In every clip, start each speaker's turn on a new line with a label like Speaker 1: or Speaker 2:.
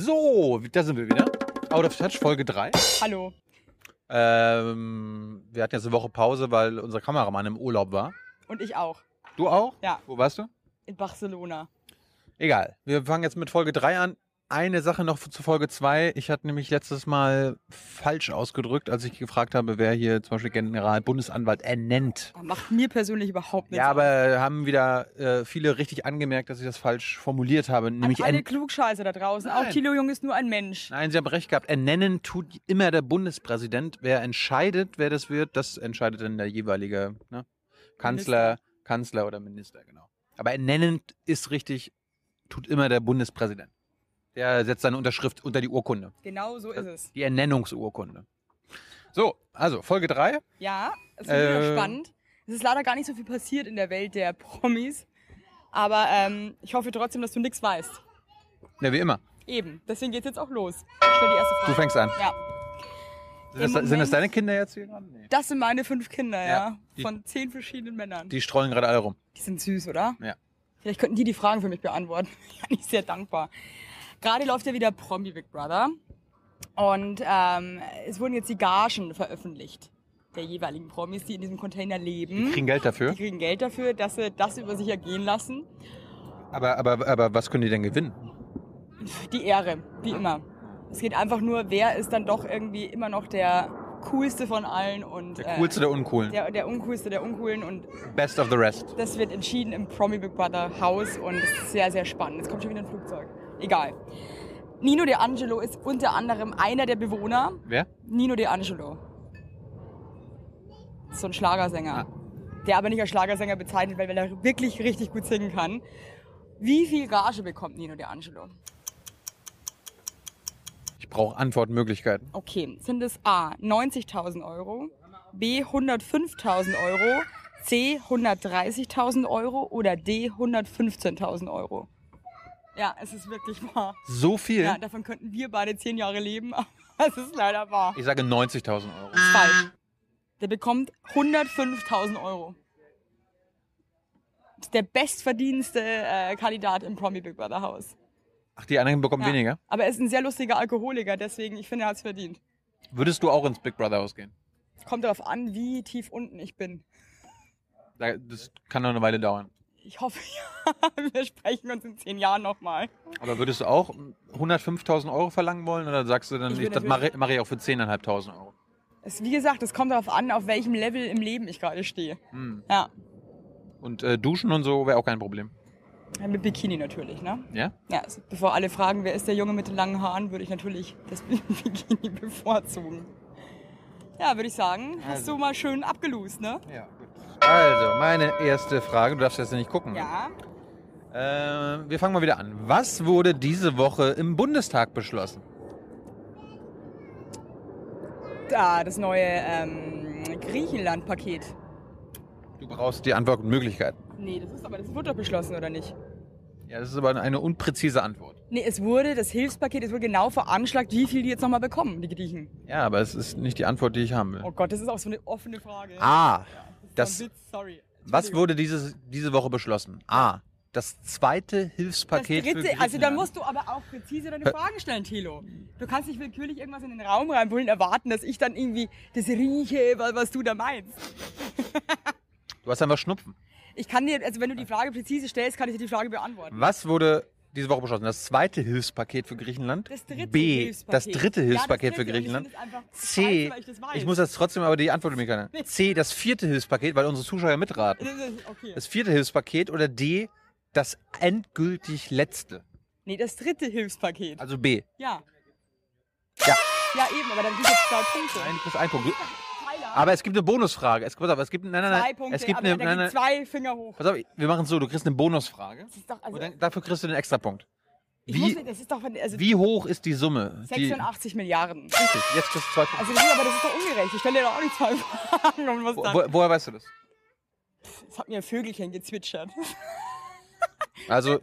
Speaker 1: So, da sind wir wieder. Out of Touch, Folge 3.
Speaker 2: Hallo.
Speaker 1: Ähm, wir hatten jetzt eine Woche Pause, weil unser Kameramann im Urlaub war.
Speaker 2: Und ich auch.
Speaker 1: Du auch?
Speaker 2: Ja.
Speaker 1: Wo warst du?
Speaker 2: In Barcelona.
Speaker 1: Egal. Wir fangen jetzt mit Folge 3 an. Eine Sache noch zu Folge 2. Ich hatte nämlich letztes Mal falsch ausgedrückt, als ich gefragt habe, wer hier zum Beispiel Generalbundesanwalt ernennt.
Speaker 2: Das macht mir persönlich überhaupt nichts.
Speaker 1: Ja,
Speaker 2: aus.
Speaker 1: aber haben wieder äh, viele richtig angemerkt, dass ich das falsch formuliert habe.
Speaker 2: An
Speaker 1: Nämlich
Speaker 2: alle
Speaker 1: en
Speaker 2: Klugscheiße da draußen.
Speaker 1: Nein.
Speaker 2: Auch Thilo Jung ist nur ein Mensch.
Speaker 1: Nein, Sie haben recht gehabt. Ernennen tut immer der Bundespräsident. Wer entscheidet, wer das wird, das entscheidet dann der jeweilige ne? Kanzler, Kanzler oder Minister, genau. Aber ernennen ist richtig, tut immer der Bundespräsident. Der setzt seine Unterschrift unter die Urkunde.
Speaker 2: Genau so ist es.
Speaker 1: Die Ernennungsurkunde. So, also Folge drei.
Speaker 2: Ja, es wird wieder
Speaker 1: Äh.
Speaker 2: spannend. Es ist leider gar nicht so viel passiert in der Welt der Promis. Aber ähm, ich hoffe trotzdem, dass du nichts weißt.
Speaker 1: Ja, wie immer.
Speaker 2: Eben. Deswegen geht's jetzt auch los. Ich stell die erste
Speaker 1: Du
Speaker 2: Frage.
Speaker 1: fängst an.
Speaker 2: Ja.
Speaker 1: Sind das,
Speaker 2: Moment-
Speaker 1: sind das deine Kinder jetzt hier gerade? Nee.
Speaker 2: Das sind meine fünf Kinder,
Speaker 1: Ja,
Speaker 2: ja.
Speaker 1: die-
Speaker 2: Von zehn verschiedenen Männern. Die,
Speaker 1: Die strollen gerade alle rum.
Speaker 2: sind süß, oder?
Speaker 1: Ja.
Speaker 2: Vielleicht könnten die die Fragen für mich beantworten. Da bin ich sehr dankbar. Gerade läuft ja wieder Promi Big Brother. Und ähm, es wurden jetzt die Gagen veröffentlicht der jeweiligen Promis, die in diesem Container leben.
Speaker 1: Die kriegen Geld dafür.
Speaker 2: Die kriegen Geld dafür, dass sie das über sich ergehen lassen.
Speaker 1: Aber, aber, aber was können die denn gewinnen?
Speaker 2: Die Ehre, wie immer. Es geht einfach nur, wer ist dann doch irgendwie immer noch der coolste von allen und
Speaker 1: Der coolste der
Speaker 2: äh,
Speaker 1: Uncoolen.
Speaker 2: der, der uncoolste der uncoolen und
Speaker 1: Best of the rest.
Speaker 2: Das wird entschieden im Promi Big Brother Haus und es ist sehr, sehr spannend. Jetzt kommt schon wieder ein Flugzeug. Egal. Nino De Angelo ist unter anderem einer der Bewohner.
Speaker 1: Wer?
Speaker 2: Nino De Angelo. So ein Schlagersänger. Der aber nicht als Schlagersänger bezeichnet wird, weil er wirklich richtig gut singen kann. Wie viel Gage bekommt Nino De Angelo?
Speaker 1: Ich brauche Antwortmöglichkeiten.
Speaker 2: Okay, sind es A 90.000 Euro, B 105.000 Euro, C 130.000 Euro oder D 115.000 Euro? Ja, es ist wirklich wahr.
Speaker 1: So viel?
Speaker 2: Ja, davon könnten wir beide zehn Jahre leben, aber es ist leider wahr.
Speaker 1: Ich sage 90.000 Euro.
Speaker 2: Ist falsch. Der bekommt 105.000 Euro. Ist Der bestverdienste äh, Kandidat im Promi Big Brother Haus.
Speaker 1: Ach, die anderen bekommen
Speaker 2: Ja.
Speaker 1: weniger.
Speaker 2: Aber er ist ein sehr lustiger Alkoholiker, deswegen, ich finde, er hat's verdient.
Speaker 1: Würdest du auch ins Big Brother Haus gehen?
Speaker 2: Kommt darauf an, wie tief unten ich bin.
Speaker 1: Da- Das kann noch eine Weile dauern.
Speaker 2: Ich hoffe, ja. wir sprechen uns in zehn Jahren nochmal.
Speaker 1: Aber würdest du auch 105.000 Euro verlangen wollen oder sagst du dann,
Speaker 2: Ich
Speaker 1: ich
Speaker 2: will
Speaker 1: das mache
Speaker 2: natürlich-
Speaker 1: mach ich auch für 10.500 Euro?
Speaker 2: Es, wie gesagt, es kommt darauf an, auf welchem Level im Leben ich gerade stehe.
Speaker 1: Hm.
Speaker 2: Ja,
Speaker 1: Und äh, duschen und so wäre auch kein Problem.
Speaker 2: mit Bikini natürlich, ne?
Speaker 1: Ja?
Speaker 2: Ja, also bevor alle fragen, wer ist der Junge mit den langen Haaren, würde ich natürlich das Bikini bevorzugen. Ja, würde ich sagen, hast
Speaker 1: Also.
Speaker 2: du mal schön abgelust, ne?
Speaker 1: Ja, gut. Also, meine erste Frage. Du darfst jetzt nicht gucken.
Speaker 2: Ja,
Speaker 1: Äh, wir fangen mal wieder an. Was wurde diese Woche im Bundestag beschlossen?
Speaker 2: da, das neue ähm, Griechenland-Paket.
Speaker 1: Du brauchst die Antwortmöglichkeiten.
Speaker 2: Nee, das ist aber, das wurde doch beschlossen, oder nicht?
Speaker 1: Ja, das ist aber eine unpräzise Antwort.
Speaker 2: Nee, es wurde, das Hilfspaket, es wurde genau veranschlagt, wie viel die jetzt nochmal bekommen, die Griechen.
Speaker 1: Ja, aber es ist nicht die Antwort, die ich haben will.
Speaker 2: Oh Gott, das ist auch so eine offene Frage.
Speaker 1: A.
Speaker 2: Das
Speaker 1: Das,
Speaker 2: war ein Witz, sorry.
Speaker 1: Ah, was
Speaker 2: Entschuldigung.
Speaker 1: wurde dieses, diese Woche beschlossen? A. Das zweite Hilfspaket
Speaker 2: das
Speaker 1: für
Speaker 2: dritte, Also da
Speaker 1: Griechenland.
Speaker 2: musst du aber auch präzise deine
Speaker 1: Hä?
Speaker 2: Fragen stellen, Thilo. Du kannst nicht willkürlich irgendwas in den Raum reinholen und erwarten, dass ich dann irgendwie das rieche, wa- was du da meinst.
Speaker 1: du hast einfach Schnupfen.
Speaker 2: Ich kann dir, also wenn du die Frage präzise stellst, kann ich dir die Frage beantworten.
Speaker 1: Was wurde diese Woche beschlossen? Das zweite Hilfspaket für Griechenland.
Speaker 2: Das dritte
Speaker 1: B.
Speaker 2: Hilfspaket.
Speaker 1: Das dritte
Speaker 2: Ja,
Speaker 1: Hilfspaket
Speaker 2: dritte.
Speaker 1: für Griechenland.
Speaker 2: Und ich finde es einfach
Speaker 1: C.
Speaker 2: scheiße, weil ich das weiß.
Speaker 1: muss das trotzdem aber die Antwort nicht kennen. C. Das vierte Hilfspaket, weil unsere Zuschauer mitraten.
Speaker 2: Das ist- Okay.
Speaker 1: Das vierte Hilfspaket oder D. Das endgültig letzte.
Speaker 2: nee, das dritte Hilfspaket.
Speaker 1: Also B.
Speaker 2: Ja.
Speaker 1: Ja.
Speaker 2: Ja, eben, aber dann gibt es zwei Punkte.
Speaker 1: Ein plus ein Punkt.
Speaker 2: Tyler,
Speaker 1: Aber es gibt eine Bonusfrage. Es, pass auf, es gibt, nein, nein,
Speaker 2: zwei
Speaker 1: nein.
Speaker 2: Punkte,
Speaker 1: es gibt
Speaker 2: aber
Speaker 1: eine,
Speaker 2: da
Speaker 1: nein, nein,
Speaker 2: geht zwei Finger hoch.
Speaker 1: Pass auf, wir machen es so, du kriegst eine Bonusfrage
Speaker 2: Das ist doch, also,
Speaker 1: und dann, dafür kriegst du den Extrapunkt.
Speaker 2: ich muss,
Speaker 1: Wie,
Speaker 2: mir- das ist doch, also
Speaker 1: wie hoch ist die Summe? Die,
Speaker 2: 86 Milliarden.
Speaker 1: richtig, jetzt kriegst du zwei Punkte.
Speaker 2: Also das ist aber das ist doch ungerecht. Ich stelle dir doch auch nicht zwei Fragen und was
Speaker 1: Wo,
Speaker 2: dann.
Speaker 1: wo, woher weißt du das?
Speaker 2: Das hat mir ein Vögelchen gezwitschert.
Speaker 1: Also,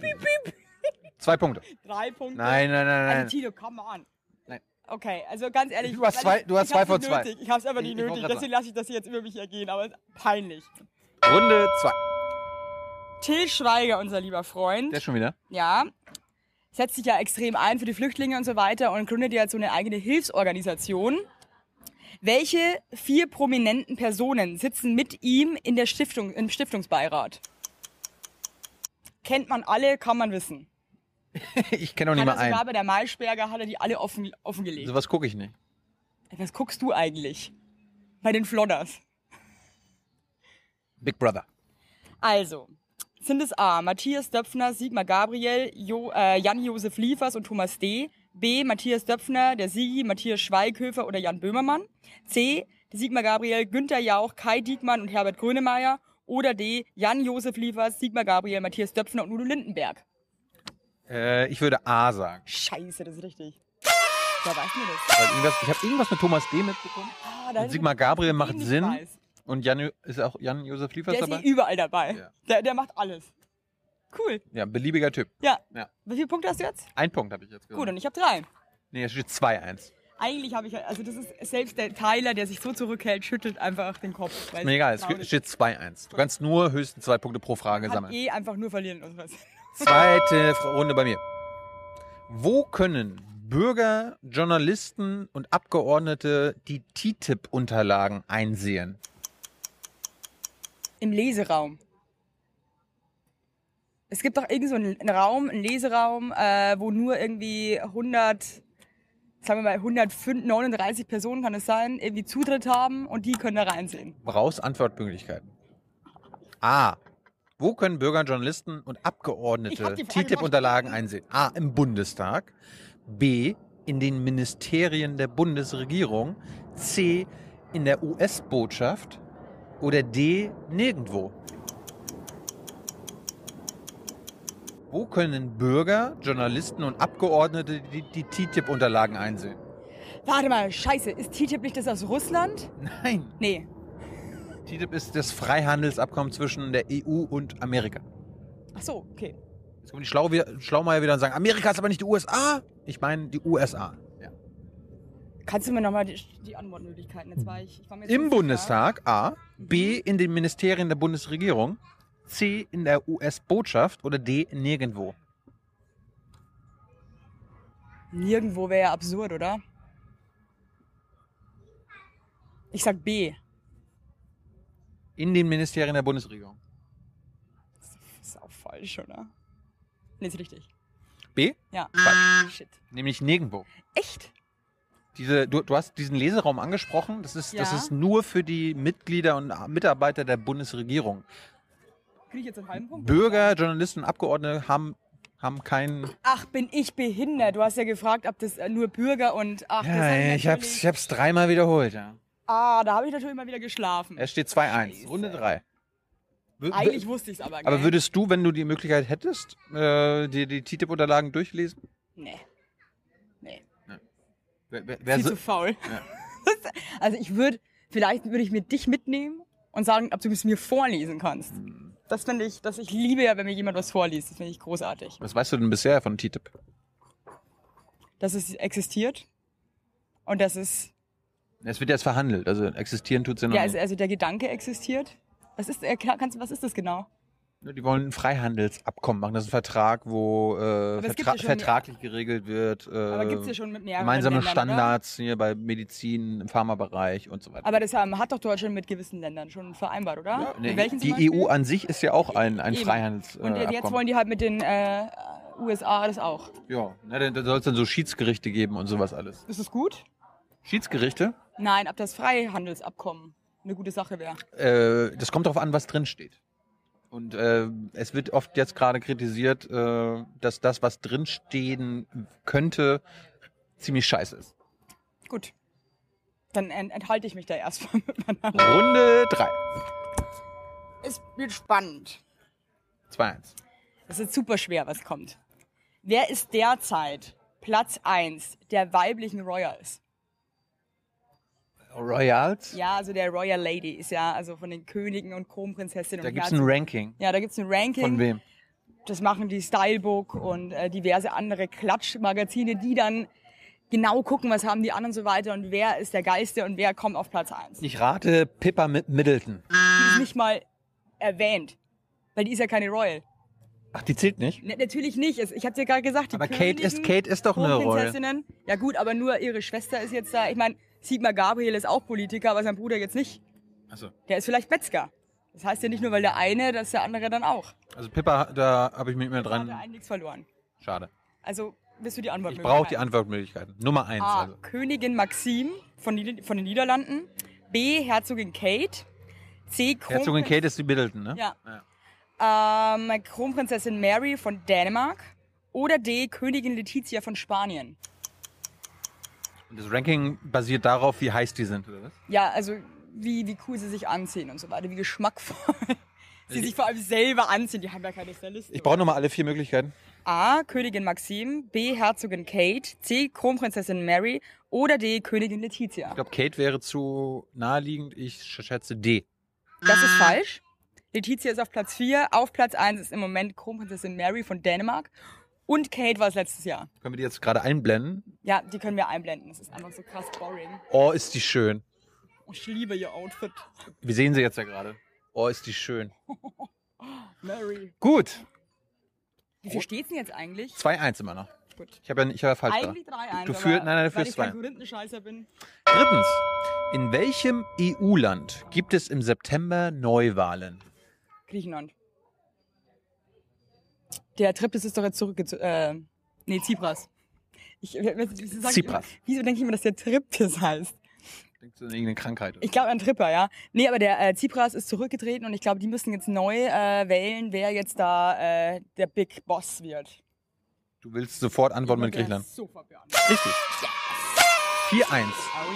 Speaker 1: zwei Punkte.
Speaker 2: Drei Punkte.
Speaker 1: Nein, nein,
Speaker 2: Also
Speaker 1: nein, nein.
Speaker 2: Tilo, come on.
Speaker 1: Nein.
Speaker 2: Okay, also ganz ehrlich.
Speaker 1: Du hast
Speaker 2: weil
Speaker 1: zwei-
Speaker 2: ich,
Speaker 1: du hast
Speaker 2: ich
Speaker 1: zwei
Speaker 2: hab's
Speaker 1: von
Speaker 2: nicht
Speaker 1: zwei.
Speaker 2: Nötig. Ich hab's aber
Speaker 1: Ich-
Speaker 2: nicht
Speaker 1: ich wollt
Speaker 2: nötig.
Speaker 1: grad
Speaker 2: Deswegen lasse ich das jetzt über mich ergehen. Aber es ist peinlich.
Speaker 1: Runde zwei.
Speaker 2: Till Schweiger, unser lieber Freund.
Speaker 1: Der ist schon wieder.
Speaker 2: ja. setzt sich ja extrem ein für die Flüchtlinge und so weiter und gründet ja so eine eigene Hilfsorganisation. Welche vier prominenten Personen sitzen mit ihm in der Stiftung, im Stiftungsbeirat? Kennt man alle, kann man wissen.
Speaker 1: ich kenne auch nicht
Speaker 2: Hat
Speaker 1: mal
Speaker 2: er sogar
Speaker 1: einen.
Speaker 2: bei der Maischberger, hat er die alle offen, offengelegt.
Speaker 1: Sowas gucke ich nicht.
Speaker 2: Was guckst du eigentlich? Bei den Flodders.
Speaker 1: Big Brother.
Speaker 2: Also, sind es A. Matthias Döpfner, Sigmar Gabriel, jo, äh, Jan-Josef Liefers und Thomas D. B. Matthias Döpfner, der Sigi, Matthias Schweighöfer oder Jan Böhmermann. C. Sigmar Gabriel, Günther Jauch, Kai Diekmann und Herbert Grönemeyer. Oder D. Jan-Josef Liefers, Sigmar Gabriel, Matthias Döpfner und Udo Lindenberg.
Speaker 1: Äh, ich würde A sagen.
Speaker 2: Scheiße, das ist richtig. Da weiß mir das.
Speaker 1: Weil irgendwas, ich habe irgendwas mit Thomas D. mitbekommen.
Speaker 2: Ah, da
Speaker 1: Und
Speaker 2: ist-
Speaker 1: Sigmar Gabriel macht
Speaker 2: den ich
Speaker 1: Sinn.
Speaker 2: weiß.
Speaker 1: Und Jan, ist auch Jan-Josef Liefers
Speaker 2: Der ist eh
Speaker 1: dabei?
Speaker 2: überall dabei.
Speaker 1: Ja.
Speaker 2: Der, der macht alles. Cool.
Speaker 1: Ja, beliebiger Typ.
Speaker 2: Ja.
Speaker 1: Ja.
Speaker 2: Wie viele Punkte hast du jetzt?
Speaker 1: Ein Punkt habe ich jetzt gesagt.
Speaker 2: Gut, und ich habe drei.
Speaker 1: Nee, es steht 2-1.
Speaker 2: Eigentlich habe ich, also das ist selbst der Tyler, der sich so zurückhält, schüttelt einfach den Kopf. weil
Speaker 1: Mir egal, es
Speaker 2: traurig.
Speaker 1: steht 2-1. Du kannst nur höchstens zwei Punkte pro Frage
Speaker 2: Kann
Speaker 1: sammeln.
Speaker 2: eh einfach nur verlieren und was.
Speaker 1: Zweite Fra- Runde bei mir. Wo können Bürger, Journalisten und Abgeordnete die TTIP-Unterlagen einsehen?
Speaker 2: Im Leseraum. Es gibt doch irgend so einen einen Raum, einen Leseraum, äh, wo nur irgendwie 100, sagen wir mal 139 Personen kann es sein, irgendwie Zutritt haben und die können da reinsehen.
Speaker 1: Brauchst Antwortmöglichkeiten. A. Wo können Bürger, Journalisten und
Speaker 2: Ich hab
Speaker 1: Abgeordnete
Speaker 2: die Frage
Speaker 1: TTIP-Unterlagen einsehen? A. Im Bundestag. B. In den Ministerien der Bundesregierung. C. In der US-Botschaft. Oder D. Nirgendwo. Wo können Bürger, Journalisten und Abgeordnete die, die TTIP-Unterlagen einsehen?
Speaker 2: Warte mal, scheiße, ist TTIP nicht das aus Russland?
Speaker 1: Nein.
Speaker 2: Nee.
Speaker 1: TTIP ist das Freihandelsabkommen zwischen der EU und Amerika.
Speaker 2: Ach so, okay.
Speaker 1: Jetzt kommen die Schlau wieder, Schlaumeier wieder und sagen, Amerika ist aber nicht die USA. Ich meine die USA.
Speaker 2: Kannst du mir nochmal die, die Antwortmöglichkeiten? Jetzt war ich, ich war mir jetzt
Speaker 1: Im
Speaker 2: nicht sicher.
Speaker 1: Bundestag A, B in den Ministerien der Bundesregierung, C in der US-Botschaft oder D nirgendwo.
Speaker 2: Nirgendwo wäre ja absurd, oder? Ich sag B.
Speaker 1: In den Ministerien der Bundesregierung.
Speaker 2: Das ist auch falsch, oder? Nee, ist richtig.
Speaker 1: B,
Speaker 2: Ja.
Speaker 1: Falsch.
Speaker 2: Shit.
Speaker 1: nämlich nirgendwo.
Speaker 2: Echt?
Speaker 1: Diese, du, du hast diesen Leseraum angesprochen. Das ist, das
Speaker 2: Ja.
Speaker 1: ist nur für die Mitglieder und Mitarbeiter der Bundesregierung.
Speaker 2: Krieg ich jetzt einen halben Punkt?
Speaker 1: Bürger, Journalisten, Abgeordnete haben, haben keinen.
Speaker 2: Ach, bin ich behindert. Du hast ja gefragt, ob das äh, nur Bürger und... Ach, das hab
Speaker 1: Ja,
Speaker 2: ich
Speaker 1: ich
Speaker 2: natürlich-
Speaker 1: hab's, ich hab's dreimal wiederholt. Ja.
Speaker 2: Ah, da habe ich natürlich mal wieder geschlafen.
Speaker 1: Es steht 2-1.
Speaker 2: Scheiße.
Speaker 1: Runde 3.
Speaker 2: Eigentlich wusste ich es aber,
Speaker 1: Aber
Speaker 2: gell?
Speaker 1: würdest du, wenn du die Möglichkeit hättest, äh, dir die TTIP-Unterlagen durchlesen?
Speaker 2: Nee. Nee.
Speaker 1: Wer, wer,
Speaker 2: Viel
Speaker 1: wer so,
Speaker 2: zu faul.
Speaker 1: Ja.
Speaker 2: also ich würde, vielleicht würde ich mir dich mitnehmen und sagen, ob du es mir vorlesen kannst.
Speaker 1: Hm.
Speaker 2: Das finde ich, das ich liebe ja, wenn mir jemand was vorliest. Das finde ich großartig.
Speaker 1: was weißt du denn bisher von TTIP?
Speaker 2: Dass es existiert und dass es,
Speaker 1: Es wird jetzt verhandelt, also existieren tut's ja noch
Speaker 2: ja,
Speaker 1: nicht.
Speaker 2: also, also der Gedanke existiert. Was ist, äh, kann- kannst, was ist das genau?
Speaker 1: Ne, Die wollen ein Freihandelsabkommen machen, das ist ein Vertrag, wo äh,
Speaker 2: es gibt
Speaker 1: vertra
Speaker 2: ja schon-
Speaker 1: vertraglich geregelt wird,
Speaker 2: Aber
Speaker 1: äh,
Speaker 2: gibt's ja schon mit mehreren
Speaker 1: gemeinsame
Speaker 2: Ländern, Oder?
Speaker 1: Standards hier bei Medizin, im Pharmabereich und so weiter.
Speaker 2: Aber das ähm, hat doch Deutschland mit gewissen Ländern schon vereinbart, oder?
Speaker 1: Ja,
Speaker 2: mit
Speaker 1: ne,
Speaker 2: welchen zum
Speaker 1: die
Speaker 2: Beispiel?
Speaker 1: EU an sich ist ja auch ein, ein
Speaker 2: Eben.
Speaker 1: Freihandelsabkommen.
Speaker 2: Und äh, jetzt wollen die halt mit den äh, USA das auch.
Speaker 1: ja, na, da, da soll es dann so Schiedsgerichte geben und sowas alles.
Speaker 2: Ist es gut?
Speaker 1: Schiedsgerichte?
Speaker 2: Nein, ob das Freihandelsabkommen eine gute Sache wäre.
Speaker 1: äh, das kommt darauf an, was drin steht. Und äh, es wird oft jetzt gerade kritisiert, äh, dass das, was drinstehen könnte, ziemlich scheiße ist.
Speaker 2: Gut. Dann ent enthalte ich mich da erstmal mit meiner.
Speaker 1: Runde 3.
Speaker 2: Es wird spannend.
Speaker 1: 2-1.
Speaker 2: Es ist super schwer, was kommt. Wer ist derzeit Platz 1 der weiblichen Royals?
Speaker 1: Royals?
Speaker 2: Ja, also der Royal Lady ist ja, also von den Königen und Kronprinzessinnen
Speaker 1: Da
Speaker 2: und
Speaker 1: gibt es ein
Speaker 2: Herzen-
Speaker 1: Ranking.
Speaker 2: Ja, da gibt es ein Ranking.
Speaker 1: Von wem?
Speaker 2: Das machen die Stylebook und äh, diverse andere Klatschmagazine, die dann genau gucken, was haben die anderen und so weiter und wer ist der Geiste und wer kommt auf Platz 1.
Speaker 1: Ich rate Pippa Mid- Middleton.
Speaker 2: die ist nicht mal erwähnt, weil die ist ja keine Royal.
Speaker 1: Ach, die zählt nicht?
Speaker 2: Ne, natürlich nicht. Es- Ich habe dir gerade gesagt, die
Speaker 1: Aber Kate ist,
Speaker 2: Königen,
Speaker 1: Kate ist doch eine Royal.
Speaker 2: Kronprinzessinnen. Ja gut, aber nur ihre Schwester ist jetzt da. Ich meine, Sigmar Gabriel ist auch Politiker, aber sein Bruder jetzt nicht.
Speaker 1: Achso.
Speaker 2: Der ist vielleicht Metzger. Das heißt ja nicht nur, weil der eine, dass der andere dann auch.
Speaker 1: Also Pippa, da habe ich mich nicht mehr
Speaker 2: Da hat der
Speaker 1: dran.
Speaker 2: einen nichts verloren.
Speaker 1: Schade.
Speaker 2: Also wirst du die Antwort
Speaker 1: Ich brauche die
Speaker 2: möglicherweise-
Speaker 1: Antwortmöglichkeiten. Nummer eins.
Speaker 2: A.
Speaker 1: Also.
Speaker 2: Königin Maxim von, Nieder- von den Niederlanden. B. Herzogin Kate. C. Kronprin-
Speaker 1: Herzogin Kate ist die Middleton, ne?
Speaker 2: Ja.
Speaker 1: Ja.
Speaker 2: Ähm, Kronprinzessin Mary von Dänemark. Oder D. Königin Letizia von Spanien.
Speaker 1: Und das Ranking basiert darauf, wie heiß die sind, oder was?
Speaker 2: Ja, also wie, wie cool sie sich anziehen und so weiter, wie geschmackvoll sie
Speaker 1: Ich-
Speaker 2: sich vor allem selber anziehen. Die haben ja keine Stylisten.
Speaker 1: Ich brauche nochmal alle vier Möglichkeiten.
Speaker 2: A. Königin Maxim, B. Herzogin Kate, C. Kronprinzessin Mary oder D. Königin Letizia.
Speaker 1: Ich glaube, Kate wäre zu naheliegend. Ich sch- schätze D.
Speaker 2: Das ist falsch. Letizia ist auf Platz 4. Auf Platz 1 ist im Moment Kronprinzessin Mary von Dänemark. Und Kate war es letztes Jahr.
Speaker 1: Können wir die jetzt gerade einblenden?
Speaker 2: Ja, die können wir einblenden. Das ist einfach so krass boring.
Speaker 1: Oh, ist die schön.
Speaker 2: Oh, Ich liebe ihr Outfit.
Speaker 1: Wir sehen sie jetzt ja gerade. Oh, ist die schön.
Speaker 2: Mary.
Speaker 1: Gut.
Speaker 2: Wie viel steht's denn jetzt eigentlich?
Speaker 1: 2-1 immer noch.
Speaker 2: Gut.
Speaker 1: Ich habe ja, ich hab ja falsch
Speaker 2: Eigentlich
Speaker 1: gedacht.
Speaker 2: 3-1.
Speaker 1: Du führst-
Speaker 2: aber
Speaker 1: nein, nein, du
Speaker 2: Weil
Speaker 1: führst
Speaker 2: ich kein
Speaker 1: zwei.
Speaker 2: Korinthenscheißer bin.
Speaker 1: Drittens. In welchem EU-Land gibt es im September Neuwahlen?
Speaker 2: Griechenland. Der Triptis ist doch jetzt zurückgezogen. Äh, nee, Tsipras. Ich, wieso sag ich
Speaker 1: Tsipras.
Speaker 2: immer- Wieso denke ich immer, dass der Triptis heißt?
Speaker 1: Denkst du an irgendeine Krankheit?
Speaker 2: Ich glaube an Tripper, ja. Nee, aber der äh, Tsipras ist zurückgetreten und ich glaube, die müssen jetzt neu äh, wählen, wer jetzt da äh, der Big Boss wird.
Speaker 1: Du willst sofort antworten mit
Speaker 2: Der
Speaker 1: Griechenland.
Speaker 2: ist So verbeamtet.
Speaker 1: Richtig. 4-1.
Speaker 2: oh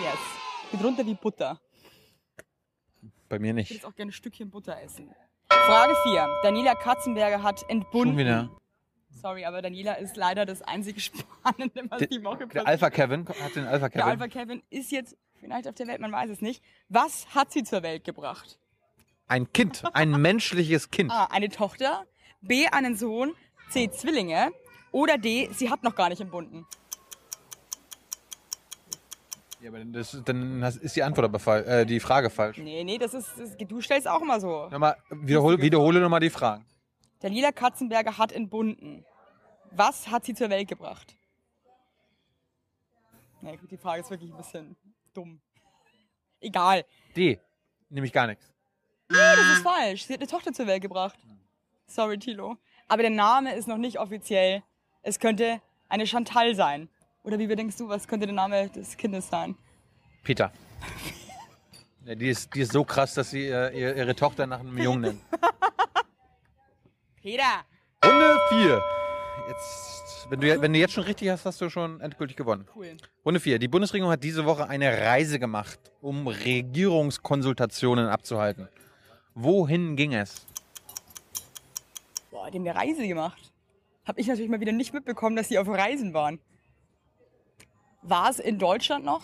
Speaker 2: yes. Geht runter wie Butter.
Speaker 1: Bei mir
Speaker 2: Ich würde
Speaker 1: nicht.
Speaker 2: jetzt auch gerne ein Stückchen Butter essen. Frage 4. Daniela Katzenberger hat entbunden.
Speaker 1: Schon wieder.
Speaker 2: Sorry, aber Daniela ist leider das einzige Spannende, was
Speaker 1: Der-
Speaker 2: die Woche passiert.
Speaker 1: Der Alpha Kevin hat den Alpha
Speaker 2: Der Alpha
Speaker 1: Kevin.
Speaker 2: Kevin ist jetzt vielleicht auf der Welt, man weiß es nicht. Was hat sie zur Welt gebracht?
Speaker 1: Ein Kind, ein menschliches Kind.
Speaker 2: A. Eine Tochter. B. Einen Sohn. C. Zwillinge. Oder D. Sie hat noch gar nicht entbunden.
Speaker 1: Ja, aber das, dann hast- ist die Antwort aber falsch, äh, die Frage falsch.
Speaker 2: Nee, nee, das ist. Das, du stellst auch immer so.
Speaker 1: Nochmal, wiederhol, wiederhole nochmal die Fragen.
Speaker 2: Daniela Katzenberger hat entbunden. Was hat sie zur Welt gebracht? Na gut, die Frage ist wirklich ein bisschen dumm. Egal.
Speaker 1: D. Nämlich gar nichts.
Speaker 2: Nee, das ist falsch. Sie hat eine Tochter zur Welt gebracht. Sorry, Tilo. Aber der Name ist noch nicht offiziell. Es könnte eine Chantal sein. Oder wie denkst du, was könnte der Name des Kindes sein?
Speaker 1: Peter. Ja, die, ist, die ist so krass, dass sie äh, ihr- ihre Tochter nach einem Jungen nennt.
Speaker 2: Peter!
Speaker 1: Runde 4. Jetzt, wenn, du, je- wenn du jetzt schon richtig hast, hast du schon endgültig gewonnen.
Speaker 2: Cool.
Speaker 1: Runde 4. Die Bundesregierung hat diese Woche eine Reise gemacht, um Regierungskonsultationen abzuhalten. Wohin ging es?
Speaker 2: Boah, die haben eine Reise gemacht. Hab ich natürlich mal wieder nicht mitbekommen, dass die auf Reisen waren. War es in Deutschland noch?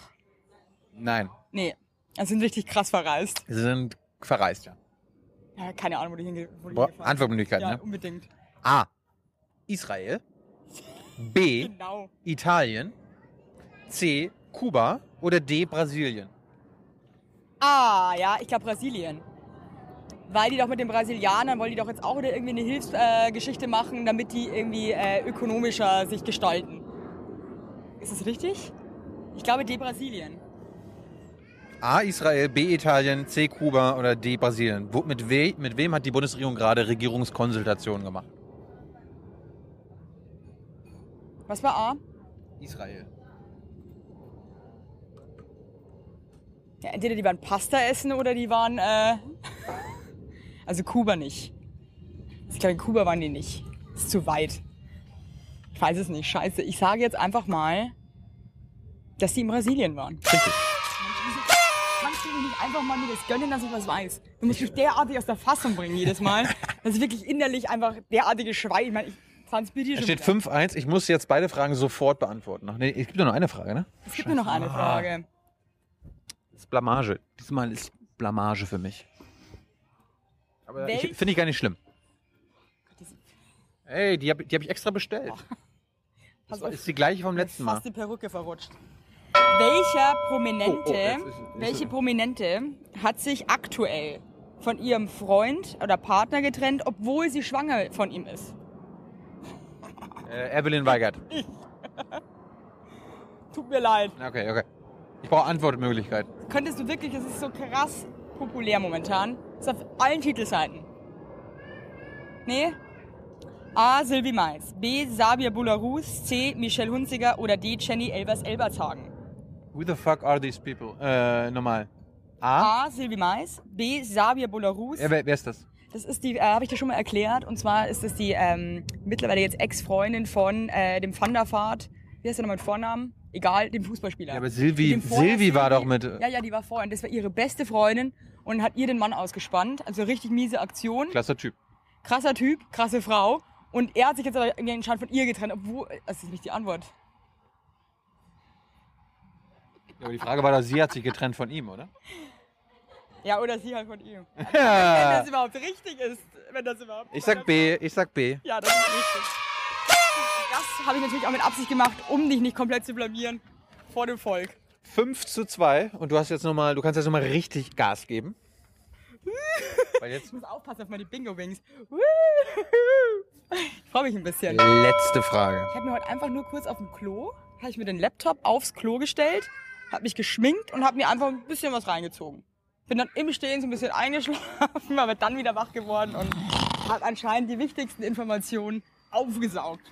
Speaker 1: Nein,
Speaker 2: Nee. Also sind richtig krass verreist.
Speaker 1: sie sind verreist, ja.
Speaker 2: Ja, keine Ahnung, wo die hinge- wo die
Speaker 1: Boah,
Speaker 2: hingefahren sind.
Speaker 1: Antwortmöglichkeiten,
Speaker 2: Ja,
Speaker 1: ne?
Speaker 2: unbedingt.
Speaker 1: A. Israel. B.
Speaker 2: Genau.
Speaker 1: Italien. C. Kuba. Oder D. Brasilien.
Speaker 2: Ah, ja, ich glaube Brasilien. Weil die doch mit den Brasilianern, wollen die doch jetzt auch wieder irgendwie eine Hilfsgeschichte äh, Geschichte machen, damit die irgendwie äh, ökonomischer sich gestalten. Ist das richtig? Ich glaube, die Brasilien.
Speaker 1: A. Israel. B. Italien. C. Kuba. Oder D. Brasilien. Wo, mit, we, mit wem hat die Bundesregierung gerade Regierungskonsultationen gemacht?
Speaker 2: Was war A?
Speaker 1: Israel.
Speaker 2: Ja, entweder die waren Pasta essen oder die waren. Äh, also Kuba nicht. Also Ich glaube, in Kuba waren die nicht. Ist zu weit. Ich weiß es nicht. Scheiße. Ich sage jetzt einfach mal, dass die in Brasilien waren.
Speaker 1: Richtig.
Speaker 2: Kannst du mir nicht einfach mal mir das gönnen, dass ich was weiß? Du musst mich derartig aus der Fassung bringen jedes Mal. Das ist wirklich innerlich einfach derartige Schwei. Ich meine, ich transpiriere
Speaker 1: Es
Speaker 2: schon
Speaker 1: steht
Speaker 2: wieder.
Speaker 1: 5-1. Ich muss jetzt beide Fragen sofort beantworten. Ach, Nee, es gibt nur noch eine Frage, ne?
Speaker 2: Es gibt mir noch eine Frage.
Speaker 1: Das ist Blamage. Diesmal ist Blamage für mich. Aber ich-
Speaker 2: Welch-
Speaker 1: finde ich gar nicht schlimm.
Speaker 2: Das ist
Speaker 1: Ey, die habe die hab ich extra bestellt.
Speaker 2: pass
Speaker 1: Also Das
Speaker 2: auf.
Speaker 1: ist die gleiche vom letzten Mal.
Speaker 2: fast die Perücke verrutscht. Welcher
Speaker 1: Oh, oh, jetzt
Speaker 2: Prominente,
Speaker 1: ist- ist-
Speaker 2: welche Prominente hat sich aktuell von ihrem Freund oder Partner getrennt, obwohl sie schwanger von ihm ist?
Speaker 1: Äh, Evelyn Weigert.
Speaker 2: Tut mir leid.
Speaker 1: Okay, okay. Ich brauche Antwortmöglichkeit.
Speaker 2: Könntest du wirklich, es ist so krass populär momentan. Ist auf allen Titelseiten. Nee? A. Sylvie Mais. B. Sabia Bularus. C. Michelle Hunziger. Oder D. Jenny Elvers Elbertshagen.
Speaker 1: Who the fuck are these people? Äh, nochmal. A?
Speaker 2: A. Sylvie Mais. B. Sabia Bularus.
Speaker 1: Ja, wer, wer ist das?
Speaker 2: Das ist die, äh, habe ich dir schon mal erklärt. Und zwar ist das die ähm, mittlerweile jetzt Ex-Freundin von äh, dem Van der Vaart. Wie heißt der nochmal mit Vornamen? Egal, dem Fußballspieler.
Speaker 1: Ja, aber Silvi,
Speaker 2: Mit dem vorher
Speaker 1: Silvi war doch mit. äh
Speaker 2: Ja, ja, die war vorhin. Das war ihre beste Freundin und hat ihr den Mann ausgespannt. Also richtig miese Aktion.
Speaker 1: Klasser Typ.
Speaker 2: Krasser Typ, krasse Frau. Und er hat sich jetzt aber irgendwie anscheinend von ihr getrennt, obwohl. äh, Das ist nicht die Antwort.
Speaker 1: Ja, aber die Frage war doch, sie hat sich getrennt von ihm, oder?
Speaker 2: Ja, oder sie halt von ihm. Wenn
Speaker 1: Ja.
Speaker 2: das überhaupt richtig ist. Wenn das überhaupt
Speaker 1: Ich sag B, ich sag B.
Speaker 2: Ja, das ist richtig. Das habe ich natürlich auch mit Absicht gemacht, um dich nicht komplett zu blamieren vor dem Volk.
Speaker 1: 5 zu 2 und du hast jetzt nochmal, du kannst jetzt nochmal richtig Gas geben. Weil jetzt
Speaker 2: Ich muss aufpassen auf meine Bingo-Wings. Woo! Ich freue mich ein bisschen.
Speaker 1: letzte Frage.
Speaker 2: Ich habe mir heute einfach nur kurz auf dem Klo, habe ich mir den Laptop aufs Klo gestellt, habe mich geschminkt und habe mir einfach ein bisschen was reingezogen. Bin dann im Stehen so ein bisschen eingeschlafen, aber dann wieder wach geworden und habe anscheinend die wichtigsten Informationen aufgesaugt.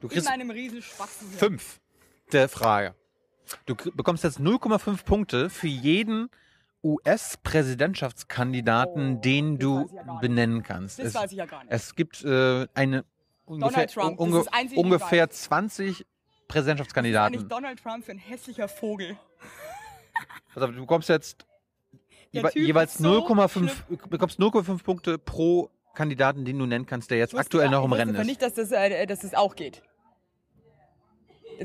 Speaker 1: Du
Speaker 2: In
Speaker 1: kriegst
Speaker 2: meinem riesen Spaß.
Speaker 1: 5 der Frage. Du krie- bekommst jetzt 0,5 Punkte für jeden US-Präsidentschaftskandidaten,
Speaker 2: Oh,
Speaker 1: den
Speaker 2: das
Speaker 1: du
Speaker 2: weiß ich ja gar nicht.
Speaker 1: benennen kannst.
Speaker 2: Das
Speaker 1: Es-
Speaker 2: weiß ich ja gar nicht.
Speaker 1: Es gibt äh, eine ungefähr,
Speaker 2: Trump, das
Speaker 1: unge
Speaker 2: ist das Einzige,
Speaker 1: ungefähr
Speaker 2: was
Speaker 1: 20
Speaker 2: Eigentlich
Speaker 1: Präsidentschaftskandidaten.
Speaker 2: Donald Trump für ein hässlicher Vogel.
Speaker 1: Also du bekommst jetzt
Speaker 2: Der
Speaker 1: jewe-
Speaker 2: Typ
Speaker 1: jeweils
Speaker 2: ist so
Speaker 1: 0,5 bekommst 0,5 Punkte pro Kandidaten, den du nennen kannst, der jetzt
Speaker 2: Ich wusste
Speaker 1: aktuell
Speaker 2: gar-
Speaker 1: noch im
Speaker 2: ich wusste
Speaker 1: Rennen
Speaker 2: aber
Speaker 1: ist.
Speaker 2: nicht, dass das, äh, dass das auch geht.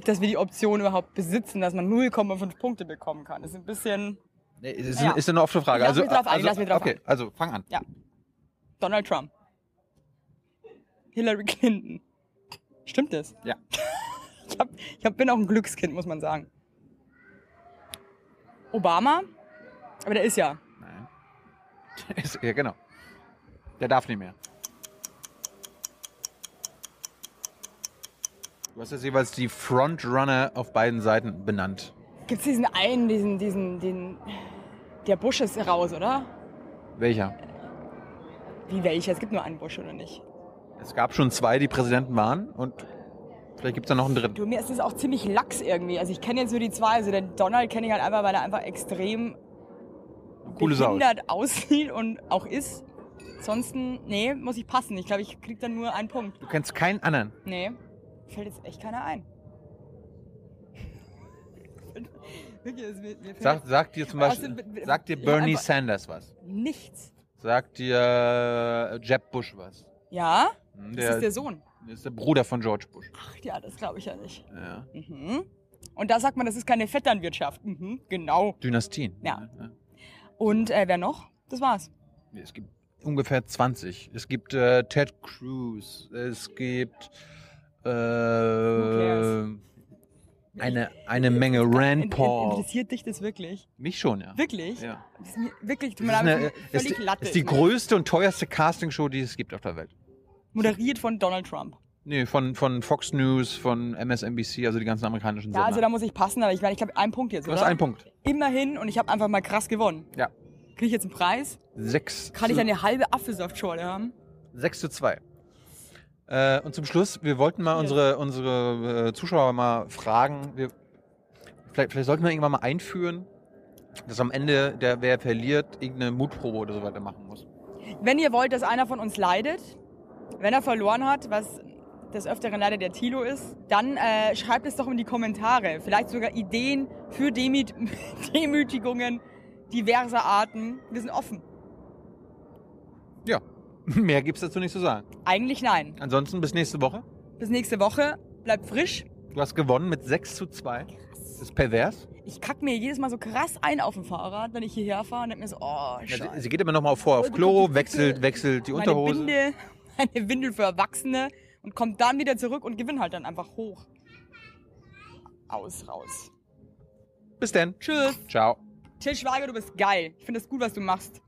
Speaker 2: Dass wir die Option überhaupt besitzen, dass man 0,5 Punkte bekommen kann. Das ist ein bisschen
Speaker 1: Nee, es ist,
Speaker 2: Ja.
Speaker 1: ist eine offene Frage.
Speaker 2: Lass
Speaker 1: also,
Speaker 2: mich drauf ein,
Speaker 1: also,
Speaker 2: lass mich drauf
Speaker 1: okay, also fang an.
Speaker 2: Donald Trump. Hillary Clinton. Stimmt das?
Speaker 1: Ja.
Speaker 2: Ich, hab, ich hab, bin auch ein Glückskind, muss man sagen. Obama? Aber der ist ja.
Speaker 1: Nein. Ist- ja, genau. Der darf nicht mehr. Du hast jetzt jeweils die Frontrunner auf beiden Seiten benannt.
Speaker 2: Gibt's diesen einen, diesen, diesen, den. Der Bush ist raus, oder?
Speaker 1: Welcher?
Speaker 2: Wie welcher? Es gibt nur einen Bush, oder nicht?
Speaker 1: Es gab schon zwei, die Präsidenten waren und vielleicht gibt es da noch einen dritten.
Speaker 2: Du, mir ist es auch ziemlich lax irgendwie. Also ich kenne jetzt nur die zwei. Also den Donald kenne ich halt einfach, weil er einfach extrem
Speaker 1: Coole Sau.
Speaker 2: behindert aussieht und auch ist. Ansonsten, nee, muss ich passen. Ich glaube, ich krieg dann nur einen Punkt.
Speaker 1: Du kennst keinen anderen.
Speaker 2: Nee, fällt jetzt echt keiner ein. Wirklich, es- mir, mir fällt
Speaker 1: Sag, sag dir zum Beispiel,
Speaker 2: Außerdem-
Speaker 1: sag dir
Speaker 2: Ja,
Speaker 1: Bernie
Speaker 2: Also, einfach-
Speaker 1: Sanders was.
Speaker 2: nichts.
Speaker 1: Sag dir Jeb Bush was.
Speaker 2: Ja,
Speaker 1: Hm,
Speaker 2: das
Speaker 1: Der
Speaker 2: ist der Sohn.
Speaker 1: ist der Bruder von George Bush.
Speaker 2: Ach ja, das glaube ich ja nicht.
Speaker 1: Ja.
Speaker 2: Mhm. Und da sagt man, das ist keine Vetternwirtschaft. Mhm, genau.
Speaker 1: Dynastien.
Speaker 2: Ja.
Speaker 1: Ja.
Speaker 2: Und äh, wer noch? Das war's.
Speaker 1: Es gibt ungefähr 20. Es gibt äh, Ted Cruz. Es gibt äh, eine,
Speaker 2: cares?
Speaker 1: eine Menge Rand
Speaker 2: Int-
Speaker 1: Paul.
Speaker 2: Interessiert dich das wirklich?
Speaker 1: Mich schon, ja.
Speaker 2: Wirklich?
Speaker 1: ja.
Speaker 2: Das ist mir wirklich, tut
Speaker 1: Es
Speaker 2: mir
Speaker 1: ist, eine,
Speaker 2: leid, das ist mir
Speaker 1: ist,
Speaker 2: völlig ne?
Speaker 1: die-
Speaker 2: Latte.
Speaker 1: ist die größte und teuerste Castingshow, die es gibt auf der Welt.
Speaker 2: Moderiert von Donald Trump.
Speaker 1: Nee, von, von Fox News, von MSNBC, also die ganzen amerikanischen
Speaker 2: Ja,
Speaker 1: Sender.
Speaker 2: also da muss ich passen, aber ich meine, ich habe einen Punkt jetzt,
Speaker 1: du
Speaker 2: oder?
Speaker 1: hast einen Punkt.
Speaker 2: Immerhin und ich habe einfach mal krass gewonnen.
Speaker 1: Ja.
Speaker 2: Kriege ich jetzt einen Preis?
Speaker 1: Sechs.
Speaker 2: Kann ich
Speaker 1: zu-
Speaker 2: eine halbe Apfelsaftschorle haben?
Speaker 1: 6 zu 2. Äh, und zum Schluss, wir wollten mal
Speaker 2: Ja.
Speaker 1: unsere, unsere äh, Zuschauer mal fragen. Wir, vielleicht, vielleicht sollten wir irgendwann mal einführen, dass am Ende der, wer verliert, irgendeine Mutprobe oder so weiter machen muss.
Speaker 2: Wenn ihr wollt, dass einer von uns leidet, wenn er verloren hat, was des Öfteren leider der Tilo ist, dann äh, schreibt es doch in die Kommentare. Vielleicht sogar Ideen für Demüt Demütigungen diverser Arten. Wir sind offen.
Speaker 1: Ja, mehr gibt es dazu nicht zu sagen.
Speaker 2: Eigentlich nein.
Speaker 1: Ansonsten bis nächste Woche.
Speaker 2: Bis nächste Woche. Bleibt frisch.
Speaker 1: Du hast gewonnen mit 6 zu 2. Das ist pervers.
Speaker 2: Ich kack mir jedes Mal so krass ein auf dem Fahrrad, wenn ich hierher fahre und denk mir so, oh,
Speaker 1: Ja,
Speaker 2: scheiße.
Speaker 1: sie, sie geht immer noch mal vor auf Klo, wechselt, wechselt die Unterhose.
Speaker 2: Meine Binde, meine Windel für Erwachsene und kommt dann wieder zurück und gewinnt halt dann einfach hoch. Aus, raus.
Speaker 1: Bis dann.
Speaker 2: Tschüss.
Speaker 1: Ciao.
Speaker 2: Till Schweiger, du bist geil. Ich finde es gut, was du machst.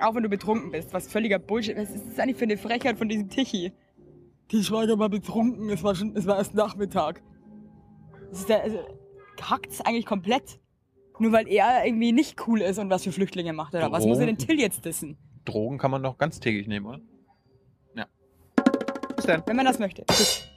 Speaker 2: Auch wenn du betrunken bist, was völliger Bullshit. Was ist das eigentlich für eine Frechheit von diesem Tichi? ich war ja mal betrunken, es war, schon, es war erst Nachmittag. Das ist der, also, hackt's eigentlich komplett. Nur weil er irgendwie nicht cool ist und was für Flüchtlinge macht oder was. Muss er den Till jetzt dissen?
Speaker 1: Drogen kann man doch ganztägig nehmen, oder? Ja. Bis dann.
Speaker 2: Wenn man das möchte. Tschüss.